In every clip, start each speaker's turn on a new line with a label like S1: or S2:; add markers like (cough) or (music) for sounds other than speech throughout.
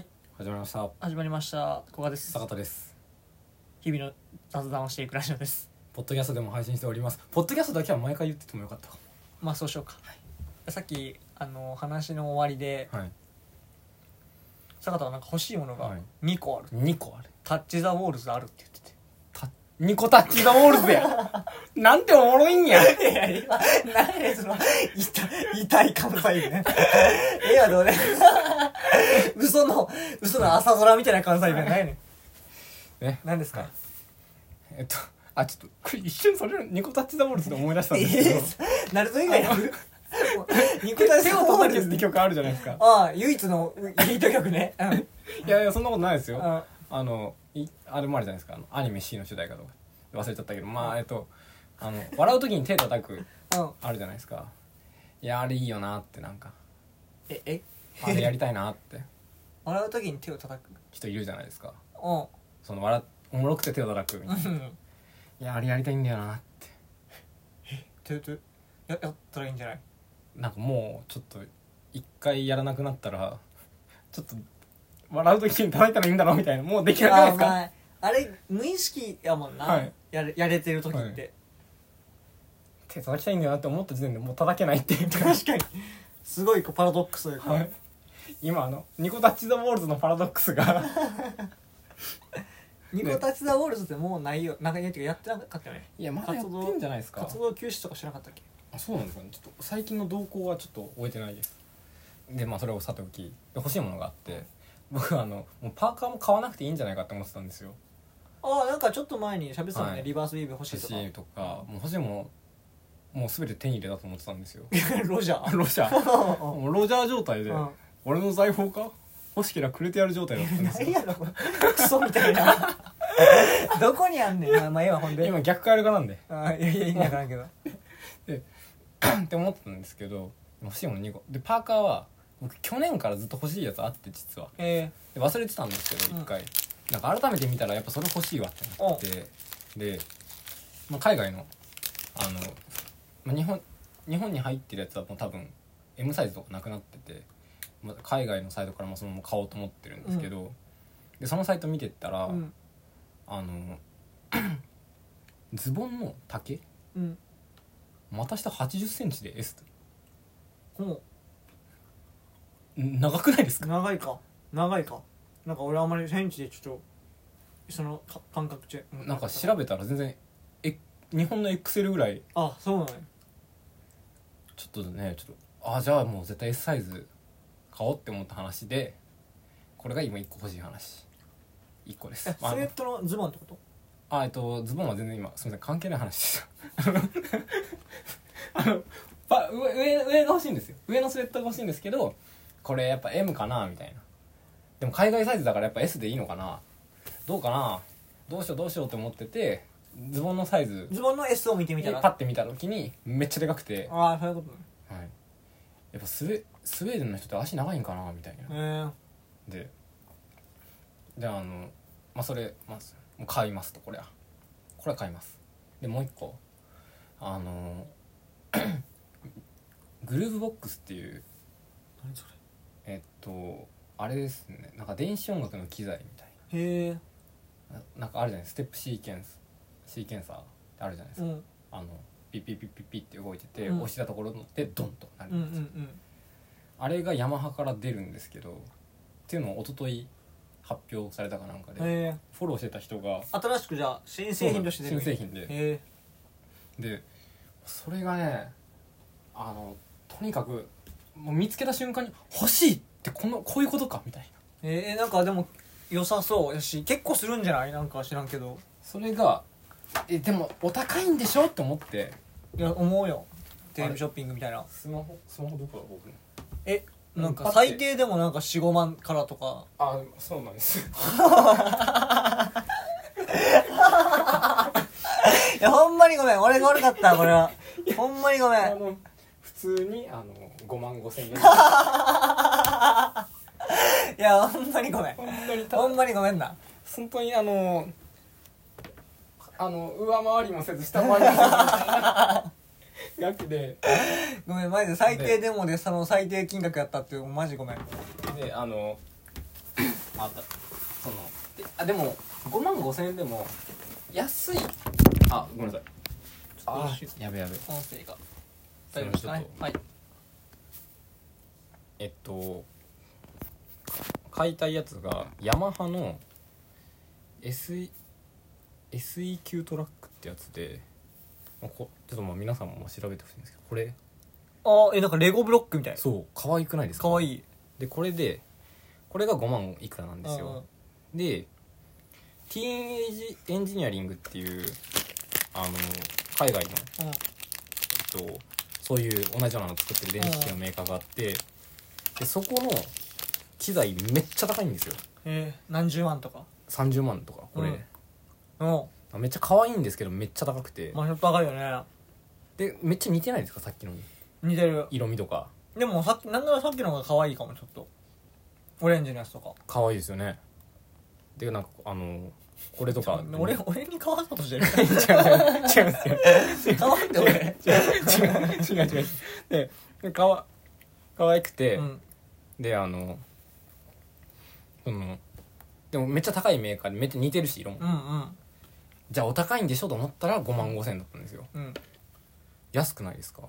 S1: ました
S2: 始まりました古賀です
S1: 坂田です
S2: 日々の雑談をしていくラジオです
S1: ポッドキャストでも配信しておりますポッドキャストだけは毎回言っててもよかったか
S2: まあそうしようか、さっきあの話の終わりで
S1: もはい
S2: 坂田はなんか欲しいものが
S1: はい
S2: 2個ある、
S1: 2個ある
S2: タッチ・ザ・ウォールズあるって言ってて
S1: た2個タッチザウォールズ (laughs) やなんておもろいんや
S2: いやいや、何でその、痛い、痛い関西弁。ええやどうね。嘘の、嘘の朝空みたいな関西弁ないねん。
S1: え
S2: 何ですか
S1: えっとあちょっとこれ一瞬それ2個タッチザウォールズで思い出したん
S2: え
S1: ですけど
S2: え、ナルト以外やる肉体
S1: 手を叩けって曲あるじゃないですか
S2: ああ、唯一のヒット曲ね。うん。うん
S1: いやいやそんなことないですよ
S2: あ
S1: あのいあれもあるじゃないですかあのアニメ C の主題歌とか忘れちゃったけどまあえっとあの笑う時に手叩く
S2: うん。
S1: あるじゃないですかいやあれいいよなってなんか
S2: え、え
S1: あれやりたいなって
S2: 笑う時に手を叩く。
S1: 人いるじゃないですか
S2: う。
S1: その笑っおもろくて手を叩くみたいなんいやあれやりたいんだよなって
S2: 手、手、や、やったらいいんじゃない
S1: なんかもうちょっと一回やらなくなったらちょっと笑う時に叩いたらいいんだろうみたいなもうできなくない
S2: あ
S1: で
S2: あ
S1: す
S2: ま
S1: か
S2: ああれ、無意識やもん
S1: は。
S2: ないやれ、やれてる時って。
S1: 手叩きたいんだよなって思った時点でもう叩けないっていう (laughs)
S2: 確かにすごいこうパラドックスというか、
S1: はい今あのニコタッチ・ザ・ウォールズのパラドックスが
S2: ニコタチ・ザ・ウォールズってもうないよなんかやってやってなかったよね
S1: (laughs) いやま
S2: だやってん
S1: じゃないです
S2: 活動休止とかしなかったっけ
S1: あそうなんですかねちょっと最近の動向はちょっと終えてないですでまあそれをさておきで欲しいものがあって僕はあのもうパーカーも買わなくていいんじゃないかって思ってたんですよ
S2: ああなんかちょっと前に喋ってたもんね、
S1: はい
S2: リバースウィーブ欲しい
S1: 欲
S2: と
S1: し
S2: か
S1: いとかもう欲しいものもう全て手に入れたと思ってたんですよ
S2: (laughs) ロジャー
S1: (laughs) ロジャー
S2: う
S1: もうロジャー状態で
S2: んうん
S1: 俺の財宝か欲しけりゃくれてやる状態だったんです
S2: 何
S1: よ
S2: やろこれクソみたい
S1: (laughs)
S2: などこにあんねんあまあ今ほんで
S1: 今逆回るかなんで
S2: あいやいやいいんだからんけ
S1: (laughs)
S2: ど
S1: って思ってたんですけど欲しいもの2個でパーカーは僕去年からずっと欲しいやつあって実は
S2: え
S1: で忘れてたんですけど
S2: うん
S1: 一回、なんか改めて見たらやっぱそれ欲しいわってなってで、まあ、海外のあの、まあ、日本日本に入ってるやつはもう多分 M サイズとかなくなってて、まあ、海外のサイトからもそのまま買おうと思ってるんですけど、でそのサイト見てったら、
S2: ー、うん
S1: あの (clears throat) ズボンの丈
S2: うん
S1: 股下8 0ンチで S
S2: も
S1: ん長くないです
S2: う
S1: か
S2: 長いか長いかなんか俺あんまりセンチでちょっとそのか感覚ちゃ
S1: なんか調べたら全然え日本の XL ぐらい
S2: あそうなんや
S1: ちょっとねちょっとあじゃあもう絶対 S サイズ買おうって思った話でこれが今1個欲しい話1個です
S2: え
S1: あ
S2: スウェットのズボンってこと
S1: あえっとズボンは全然今すみません関係ない話で
S2: (laughs)
S1: したあのあのパ上上上が欲しいんですよ上のスウェットが欲しいんですけどこれやっぱ M かなみたいなでも海外サイズだからやっぱ S でいいのかなどうかなどうしようどうしようって思っててズボンのサイズ
S2: ズボンの S を見てみたら
S1: パッて見た時にめっちゃでかくて
S2: ああそういうことね
S1: はい、やっぱスウェスウェーデンの人って足長いんかなみたいな、
S2: え
S1: でじゃああの、まあ、それ、まあ、もう買いますとこれはこれは買いますでもう一個あの (clears throat) グルーブボックスっていう
S2: 何そ
S1: えっとあれですねなんか電子音楽の機材みたい
S2: れへえ
S1: なななんかあるじゃないステップシーケンスシーケンサーってあるじゃないです
S2: う
S1: か、
S2: ん
S1: あのピッピッピッピッピッって動いてて、
S2: うん
S1: 押したところでドンとなる
S2: うんうんうん
S1: あれがヤマハから出るんですけどっていうのを一昨日発表されたかなんかで、
S2: へえ
S1: フォローしてた人が
S2: 新しくじゃあ新製品として出る
S1: 新製品で、
S2: へ
S1: でそれがねあのとにかくもう見つけた瞬間に「欲しい!」ってこのこういうことかみたいな
S2: えへえなんかでも良さそうやし結構するんじゃないなんか知らんけど
S1: それが「えでもお高いんでしょ?」って思って
S2: いや思うよテレビショッピングみたいな
S1: スマホスマホどこだ僕の
S2: えなん
S1: パ
S2: か
S1: ッて
S2: 最低でもなんか45万からとか
S1: あそうなんです
S2: いやほんまにごめん俺が悪かったこれはほんまにごめ
S1: あ
S2: ん
S1: の普通にあの5万5千円
S2: (laughs) いやほんまにごめん
S1: 本当に
S2: ほんまにごめんな
S1: 本当にあのあの上回りもせず下回りもせずみたいな額で
S2: ごめんマジで最低でもでその最低金額やったっていうマジごめん
S1: であのまああったそのであでも5万5千円でも安いあごめんなさい
S2: あ
S1: ーやべやべ
S3: 音声が大丈夫ですかね
S1: それもちょっと
S3: はい
S1: えっと買いたいやつがヤマハの SE SEQ トラックってやつでまあこちょっとまあ皆さんも調べてほしいんですけどこれ
S2: あえなんかレゴブロックみたい
S1: そう可愛くないですか
S2: かわいい
S1: でこれでこれが5万いくらなんですよでティーンエイジエンジニアリングっていうあの海外の、
S2: うん
S1: えっと、そういう同じようなの作ってる電子機器のメーカーがあってでそこの機材めっちゃ高いんですよ
S2: えー何十万とか
S1: 30万とかこれ、
S2: うん
S1: めっちゃ可愛いんですけどめっちゃ高くて、
S2: マシュ高いよね
S1: でめっちゃ似てないですかさっきの
S2: 似てる
S1: 色味とか
S2: でもさっきなんならさっきの方が可愛いかもちょっとオレンジのやつとか
S1: 可愛いですよねでなんかあのこれとか (laughs)
S2: 俺俺に買わそうとしてる
S1: 違う違う違うんですよ
S2: 買わんで俺
S1: (laughs) 違う違う違う違うででかわ可愛くて、
S2: うん
S1: であのそのでもめっちゃ高いメーカーでめっちゃ似てるし色も、
S2: うんうん
S1: じゃあお高いんでしょと思ったら5万5千円だったんですよ
S2: うん
S1: 安くないですか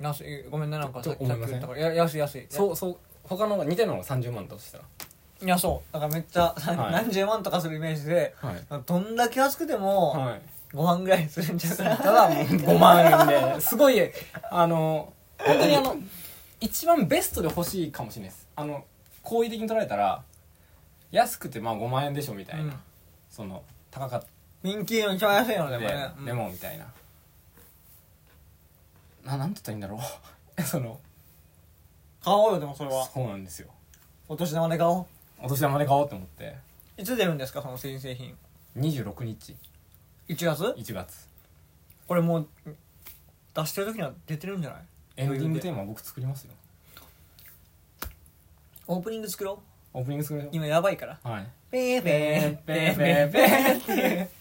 S2: なしごめんねなんかさっき
S1: ちょっと
S2: さっき
S1: 思いません
S2: 言ったからいや安い安い
S1: そうそう他のが似てるのが30万だとしたら
S2: いやそうだからめっちゃ、
S1: い
S2: (laughs) 何十万とかするイメージで
S1: はい
S2: どんだけ安くても
S1: はい
S2: 5万ぐらいするんじゃない
S1: ただもう5万円ですごいあの本当にあの一番ベストで欲しいかもしれないですあの好意的に捉えたら安くてまあ5万円でしょみた
S2: (laughs)
S1: いな、
S2: うん
S1: その高かっ
S2: 人気の一番安いの
S1: た
S2: で
S1: で
S2: もねうん
S1: でもみたいなななんて言ったらいいんだろう (laughs) その
S2: 買おうよでもそれは
S1: そうなんですよ
S2: お年玉で買おう
S1: お年玉で買おうと思って
S2: いつ出るんですかその新製品
S1: 26日
S2: 1月
S1: 1月
S2: これもう出してる時には出てるんじゃない
S1: エンディングテーマ僕作りますよ
S2: オープニング作ろう
S1: オープニング作りましょ
S2: 今やばいから
S1: うはい
S2: ペーペーペーペーペーって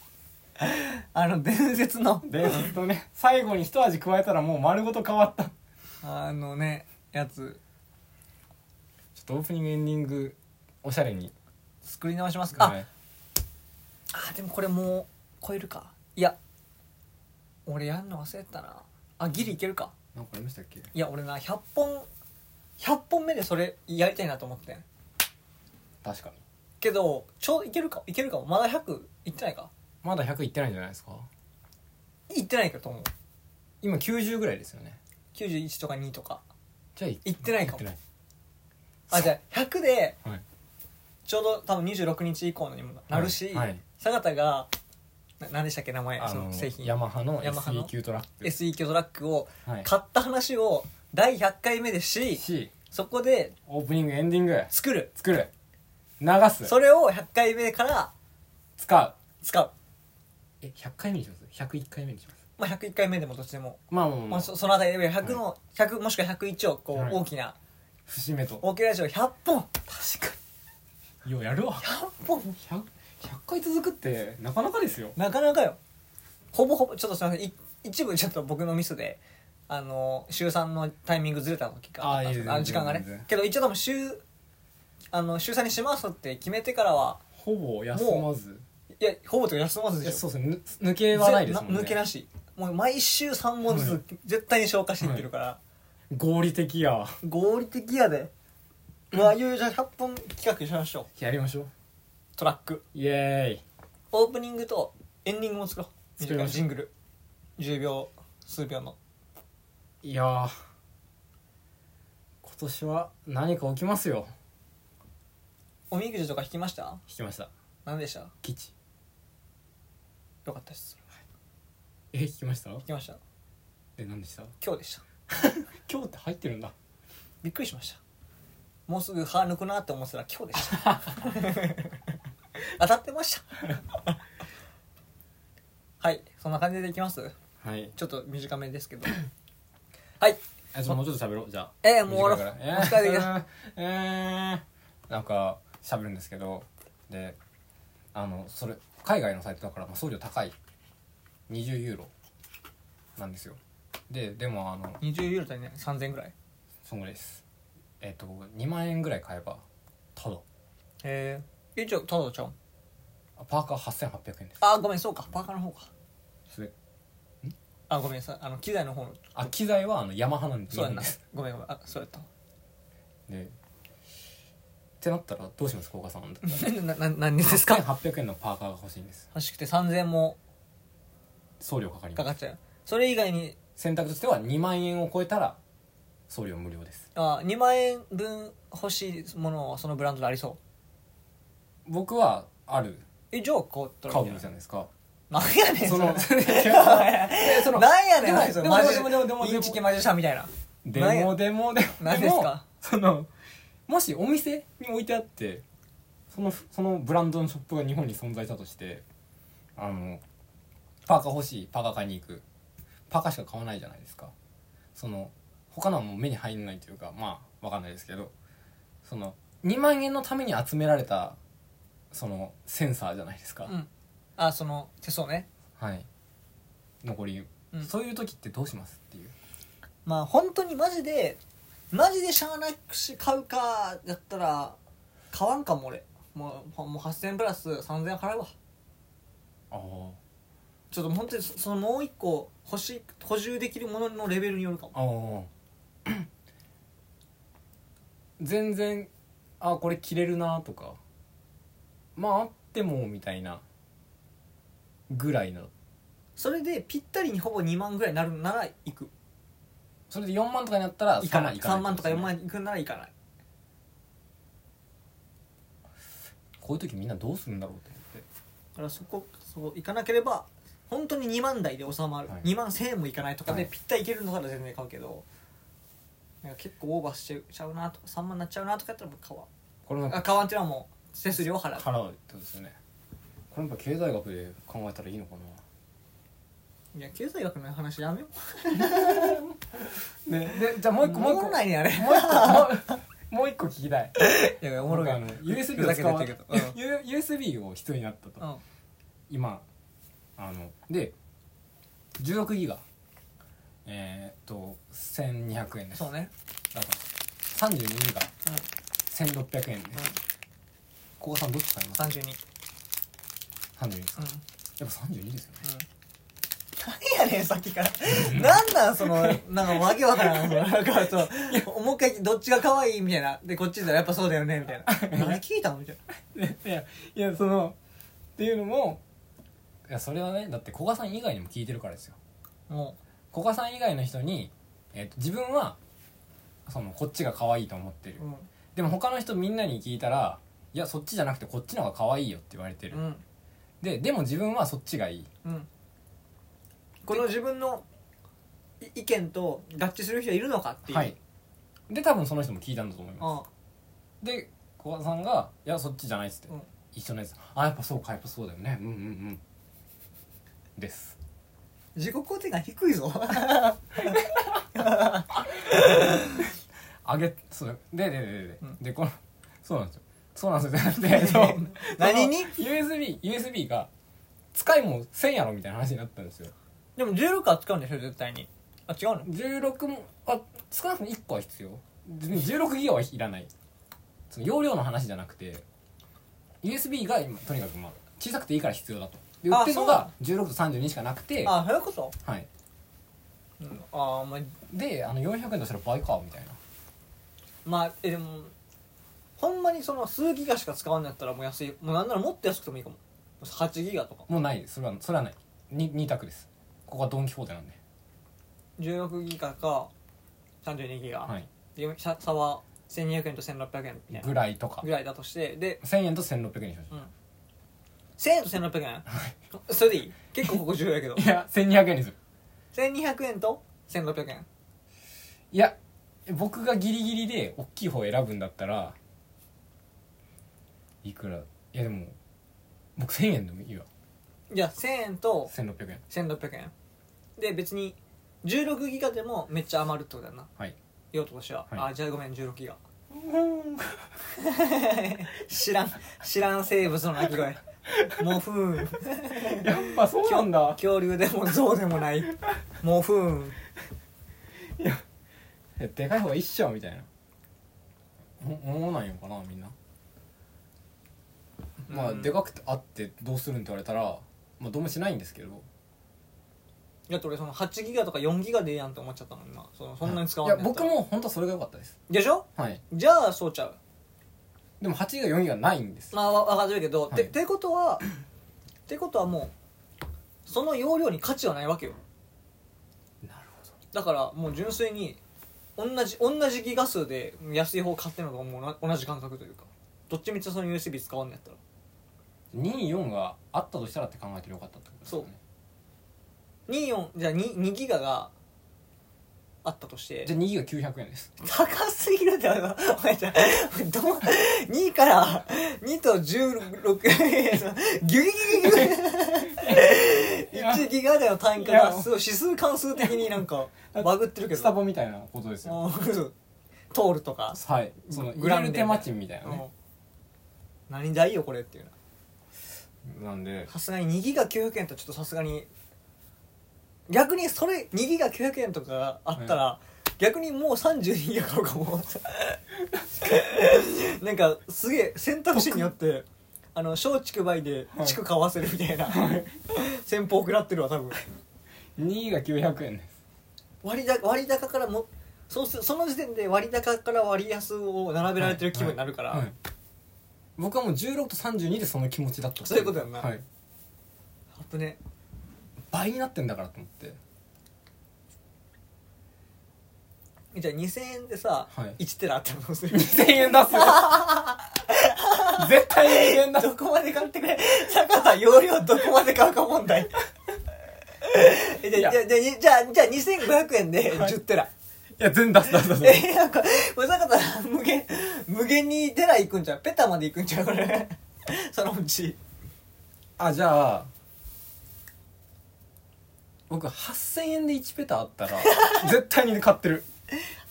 S2: (laughs) あの伝説の
S1: でずっとね最後に一味加えたらもう丸ごと変わった
S2: あのねやつ
S1: ちょっとオープニングエンディングおしゃれに
S2: 作り直しますか、
S1: はい
S2: あでもこれもう超えるかいや俺やんの忘れてたなあギリいけるか
S1: なんかありましたっけ
S2: いや俺な100本100本目でそれやりたいなと思ってん
S1: 確かに
S2: けどちょういけるかいけるかもまだ100いってないか
S1: まだ100いってないんじゃないですか
S2: いってないかと思う
S1: 今90ぐらいですよね
S2: 91とか2とか
S1: じゃあい
S2: いってないかも
S1: いってない
S2: あじゃあ100で
S1: はい
S2: ちょうど多分26日以降のにもなるし、
S1: はいはい
S2: 坂田がな何でしたっけ名前
S1: あ
S2: その
S1: の
S2: 製品
S1: ヤマハの
S2: ヤマハの
S1: SEQ トラック
S2: SE キョトラックを
S1: はい
S2: 買った話を第100回目でし
S1: し
S2: そこで
S1: オープニングエンディング
S2: 作る
S1: 作る流す
S2: それを100回目から
S1: 使
S2: 使う
S1: うえ100回目にします101回目にします
S2: まあ101回目でもどっちでも、
S1: まあまあまあ
S2: ま
S1: ま
S2: あ、
S1: あ
S2: そそのあたりで100の100もしくは101をこ
S1: はいう
S2: 大きな
S1: 節目と
S2: 大きなラジオ100本
S1: 確かにようやるわ
S2: 100本
S1: 100, 100回続くってなかなかですよ
S2: なかなかよほぼほぼちょっとすみませんい一部ちょっと僕のミスであの週3のタイミングずれた時が
S1: あいえいえ
S2: の時間が
S1: 全然
S2: ね
S1: 全然
S2: けど一応多分週あの週3にしますって決めてからは
S1: ほぼ休まず
S2: いやほぼとか休まず
S1: い
S2: で
S1: や
S2: しょ
S1: そうですねぬ抜けはないですもんね
S2: ぜ抜けなしもう毎週3本ずつ絶対に消化していってるから、
S1: 合理的や
S2: 合理的やでうわいよいよじゃあ100本企画しましょう
S1: やりましょう
S2: トラック
S1: イエ
S2: オープニングとエンディングも作ろう
S1: 作りましょう
S2: ジングル10秒数秒の
S1: ーイいやー今年は何か起きますよ
S2: おみくじとか引きました
S1: 引きました
S2: 何でしたよ
S1: 吉
S2: かったです
S1: え引きました
S2: 引きました
S1: え何でした
S2: 今日でした
S1: 今日って入ってるんだ
S2: びっくりしましたもうすぐ歯抜くなって思ってたら今日でした (laughs) 当たってましたはいそんな感じでいきます
S1: はい
S2: ちょっと短めですけどはい
S1: あちょもうちょっと喋ろうじゃあ
S2: ええもう終わろうも
S1: 短い
S2: う
S1: か
S2: 疲れてき
S1: らえー、えーなんか喋るんですけどであのそれ海外のサイトだから、まあ、送料高い20ユーロなんですよででもあの
S2: 20ユーロだね3000ぐらいへ
S1: そんぐらいですえっ、と2万円ぐらい買えばただ
S2: ええじゃあただちゃん
S1: あパーカー8800円です
S2: あごめんそうかパーカーの方か
S1: それ
S2: あごめんさあの機材の方の
S1: あ機材はあのヤマハなんです
S2: そうやんな
S1: 日本
S2: ごめんごめんあそうやった
S1: ででってなったらどうします高岡さんだったら
S2: なな何ですか
S1: 1800円のパーカーが欲しいんです
S2: 欲しくて3000円も
S1: 送料かかり
S2: か
S1: ま
S2: か
S1: す
S2: っちゃうそれ以外に
S1: 選択としては2万円を超えたら送料無料です
S2: あ2万円分欲しいものはそのブランドでありそう
S1: 僕はある
S2: えじゃあ買ったら
S1: 買
S2: いうい
S1: じ
S2: んじ
S1: ゃな
S2: ゃ
S1: いですか
S2: (laughs) ないなんやねんそ
S1: その
S2: れ
S1: い
S2: な
S1: やその
S2: んやねん
S1: でも
S2: それそれ
S1: でも
S2: マジ
S1: でもでもでもでも
S2: インチキマジシャンみたいな
S1: (laughs) で
S2: なんや
S1: もでもでも
S2: 何ですか
S1: でもそのもしお店に置いてあってそのそのブランドのショップが日本に存在したとしてあのパーカー欲しいパーカー買いに行くパーカーしか買わないじゃないですかその他のはもう目に入んないというかまあわかんないですけどその2万円のために集められたそのセンサーじゃないですか、
S2: うんあその手相ね
S1: はい残り、
S2: うん
S1: そういう時ってどうしますっていう
S2: まあ本当にマジでマジでしゃあなくし買うかやったら買わんかも俺もうほもう8000円プラス3000円払うわ
S1: ああ
S2: ちょっと本当にそそのもう一個欲しい補充できるもののレベルによるかも
S1: ああ (coughs) 全然あこれ着れるなとかまああってもみたいなぐらいの
S2: それでぴったりにほぼ2万ぐらいになるなら行く
S1: それで4万とかになったら
S2: 行かない
S1: 3
S2: 3万とか4万行くなら行かない
S1: こういう時みんなどうするんだろうと思って
S2: だからそこそう行かなければ本当に2万台で収まる、
S1: はい
S2: 2万1000円もいかないとかで
S1: はい
S2: ぴったりいけるのなら全然買うけど、なんか結構オーバーしちゃうちゃうなとか3万になっちゃうなとかやったら僕買わん
S1: これなん
S2: あ
S1: か
S2: 買わんっていうのはもう手数料を払う
S1: 払うってことですよねこれやっぱ経済学で考えたらいいのか
S2: いや経済学の話やめよ
S1: なねでじゃあも
S2: う
S1: う一個もう一
S2: おも
S1: 個
S2: ろないねあれ
S1: もう一個もうもう一個聞きたい
S2: いやお
S1: お
S2: もろいよ
S1: あの USB を使わ
S2: ふざけ (laughs) て言ってる
S1: USB を必要になったと
S2: うん
S1: 今あので16ギガえー、っと1200円です
S2: そうね
S1: だから32ギガ
S2: うん
S1: 1600円です、ここさんどっち買います
S2: 32
S1: 32です
S2: う
S1: か
S2: ん
S1: やっぱ32ですよね
S2: 何やねんさっきから何なんそのなんかわけわからんそのなんかそうもう一回どっちが可愛いみたいなでこっちだらやっぱそうだよねみたいな何聞いたのみたい
S1: (laughs) いやいやそのっていうのもいやそれはねだって古賀さん以外にも聞いてるからですよ
S2: なも
S1: 古賀さん以外の人に、えーっと自分はそのこっちが可愛いと思ってる
S2: ううん
S1: でも他の人みんなに聞いたらいやそっちじゃなくてこっちの方が可愛いよって言われてる、
S2: うん
S1: ででも自分はそっちがいい
S2: うんこの自分のい意見と合致する人はいるのかっていう、
S1: はいで多分その人も聞いたんだと思いま
S2: あ
S1: すで小川さんが「いやそっちじゃない」っつって、
S2: うん
S1: 一緒のやつ「あやっぱそうかやっぱそうだよねうんうんうん」です
S2: 自己肯定感低い (laughs) ぞ
S1: あげそうででででで,、
S2: うん
S1: でこのそうなんですよそうなん
S2: (laughs)
S1: ですよじゃなくてそう
S2: 何に
S1: その USB, USB が使いもせんやろみたいな話になったんですよ
S2: でも16は使うんでしょ絶対にあ違うの
S1: 16もあ少なくとも1個は必要16ギガはいらないその容量の話じゃなくて USB が今とにかくまあ小さくていいから必要だとで売
S2: あ
S1: ってるのが16と32しかなくて、
S2: あそういうこと、
S1: はい、
S2: うん、ああまあ
S1: であの400円としたら倍かみたいな
S2: まあえでもほんまにその数ギガしか使わんのやったらもう安いもうなんならもっと安くてもいいかも8ギガとか
S1: もうないですそれはそれはない 2, 二択ですここはドン・キホーテなんで、
S2: 16ギガか32ギガ、
S1: はい、
S2: で差差は1200円と1600円みたい
S1: ぐ
S2: な
S1: らいとか
S2: ぐらいだとしてで
S1: 1000円と1600円にしましょ
S2: 1000円と1600円それでいい結構ここ重要やけど
S1: ういや1200円にする
S2: 1200円と1600円
S1: いや僕がギリギリで大きい方を選ぶんだったらいくらいやでも僕1000円でもいいわ
S2: じゃあ1000円と
S1: 1600円
S2: 1600円で別に16ギガでもめっちゃ余るってことだな (laughs)
S1: はい
S2: 用途としては、
S1: はい
S2: あじゃあごめん16ギガ知らん知らん生物の鳴き声もうふーん
S1: やっぱそうなんだ
S2: 恐竜でも象でもないもうふーん
S1: でかい方がいいっしょみたいなお思わないのかなみんなまあ
S2: うん
S1: でかくてあってどうするんって言われたらまあどうもしないんですけど
S2: だって俺その8ギガとか4ギガでいいやんって思っちゃったもんなそのそんなに使わな
S1: いや
S2: い
S1: 僕も本当はそれが良かったです
S2: でしょ
S1: はい
S2: じゃあそうちゃう
S1: でも8位が4位がないんです
S2: まあわ分かってるけど、
S1: はい
S2: ててことはてことはもうその容量に価値はないわけよ
S1: なるほ
S2: だからもう純粋に同じ同じギガ数で安い方買ってるのがもうな同じ感覚というかどっちみちその USB 使わんのやったら
S1: ど2位4があったとしたらって考えてよかったってことですよね
S2: 24じゃあ 2, 2ギガがあったとして
S1: じゃあ2位が900円です
S2: 高すぎるってお前ちゃんどう2から2と16ギュギュギュギュギュ1ギガでの単価がすごい指数関数的になんかバグってるけど
S1: スタバみたいなことですよ
S2: うん (laughs) 通るとか
S1: はいその
S2: グ
S1: グ
S2: ラ
S1: ラ
S2: ンデ
S1: ルテマチンみたいなね
S2: うん何代よこれっていうな
S1: なんで
S2: さすがに2ギガ900円とちょっとさすがに逆にそれ2ギガ900円とかがあったら、逆にもう32ギガ買うか
S1: (laughs)
S2: もなんかすげえ選択肢によってあの松竹梅で
S1: はい
S2: 地区買わせるみたいな、 (laughs) 戦法食らってるわ多分
S1: 2位が900円です
S2: 割高割高からもそうすその時点で割高から割安を並べられてる気分になるから、
S1: はい僕はもう16と32でその気持ちだった
S2: そういうことやんな
S1: はい
S2: あとね
S1: 倍になってんだからと思って
S2: じゃあ2000円でさ、
S1: はい
S2: 1テラあったらどうする (laughs)
S1: 2000円出すよ (laughs) 絶対2000円出す
S2: どこまで買ってくれ坂田容量どこまで買うか問
S1: (laughs)
S2: 題えじゃあ
S1: いや
S2: じゃあじゃあじゃあじゃあ2500円で
S1: はい
S2: 10テラ、
S1: いや全然出す出す出す
S2: えなんかもう坂田無限無限にテラ行くんちゃうペタまで行くんちゃうこれそのうち
S1: あじゃあ僕8000円で1ペタ
S2: (laughs)
S1: あったら絶対に買ってる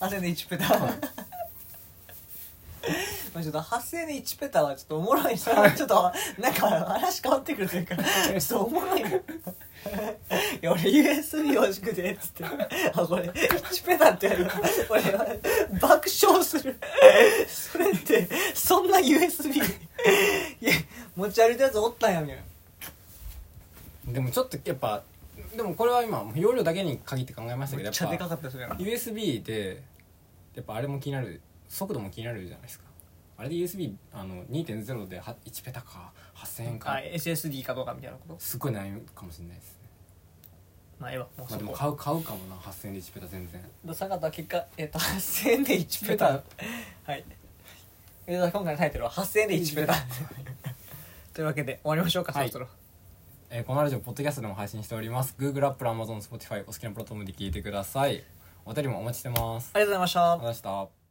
S2: 8000円で1ペタまあちょっと8000円で1ペタはちょっとおも
S1: (laughs)
S2: ろいそれちょっとなんか話変わってくるというかちょっとおもろいないや俺 USB 欲しくてっつってあこれ1ペタってやる俺爆笑するそれってそんな USB いや持ち歩いたやつおったんやみたいな
S1: でもちょっとやっぱでもこれは今容量だけに限って考えましたけ
S2: めっ
S1: どやっ
S2: ちゃでか
S1: ぱ
S2: かったそれな
S1: USB でやっぱあれも気になる速度も気になるじゃないですかあれで USB あの2.0では1ペタか8000円か、
S2: あ SSD かどうかみたいなこと
S1: すっごい悩むかもしれないですね
S2: まあええわもう
S1: まあ
S2: そ
S1: でも
S2: こ
S1: 買う買うかもな8000円で1ペタ全然
S2: で坂田は結果、えっと8000円で1ペタはい、えー、今回のタイトルは「8000円で1ペタ」 (laughs) というわけで終わりましょうか、
S1: はい
S2: そろそろ
S1: えーこのラジオポッドキャストでも配信しております Google アップル Amazon Spotify お好きなプラットフォームで聞いてくださいお便りもお待ちしてますあり
S2: ありがとうございました
S1: がとうございました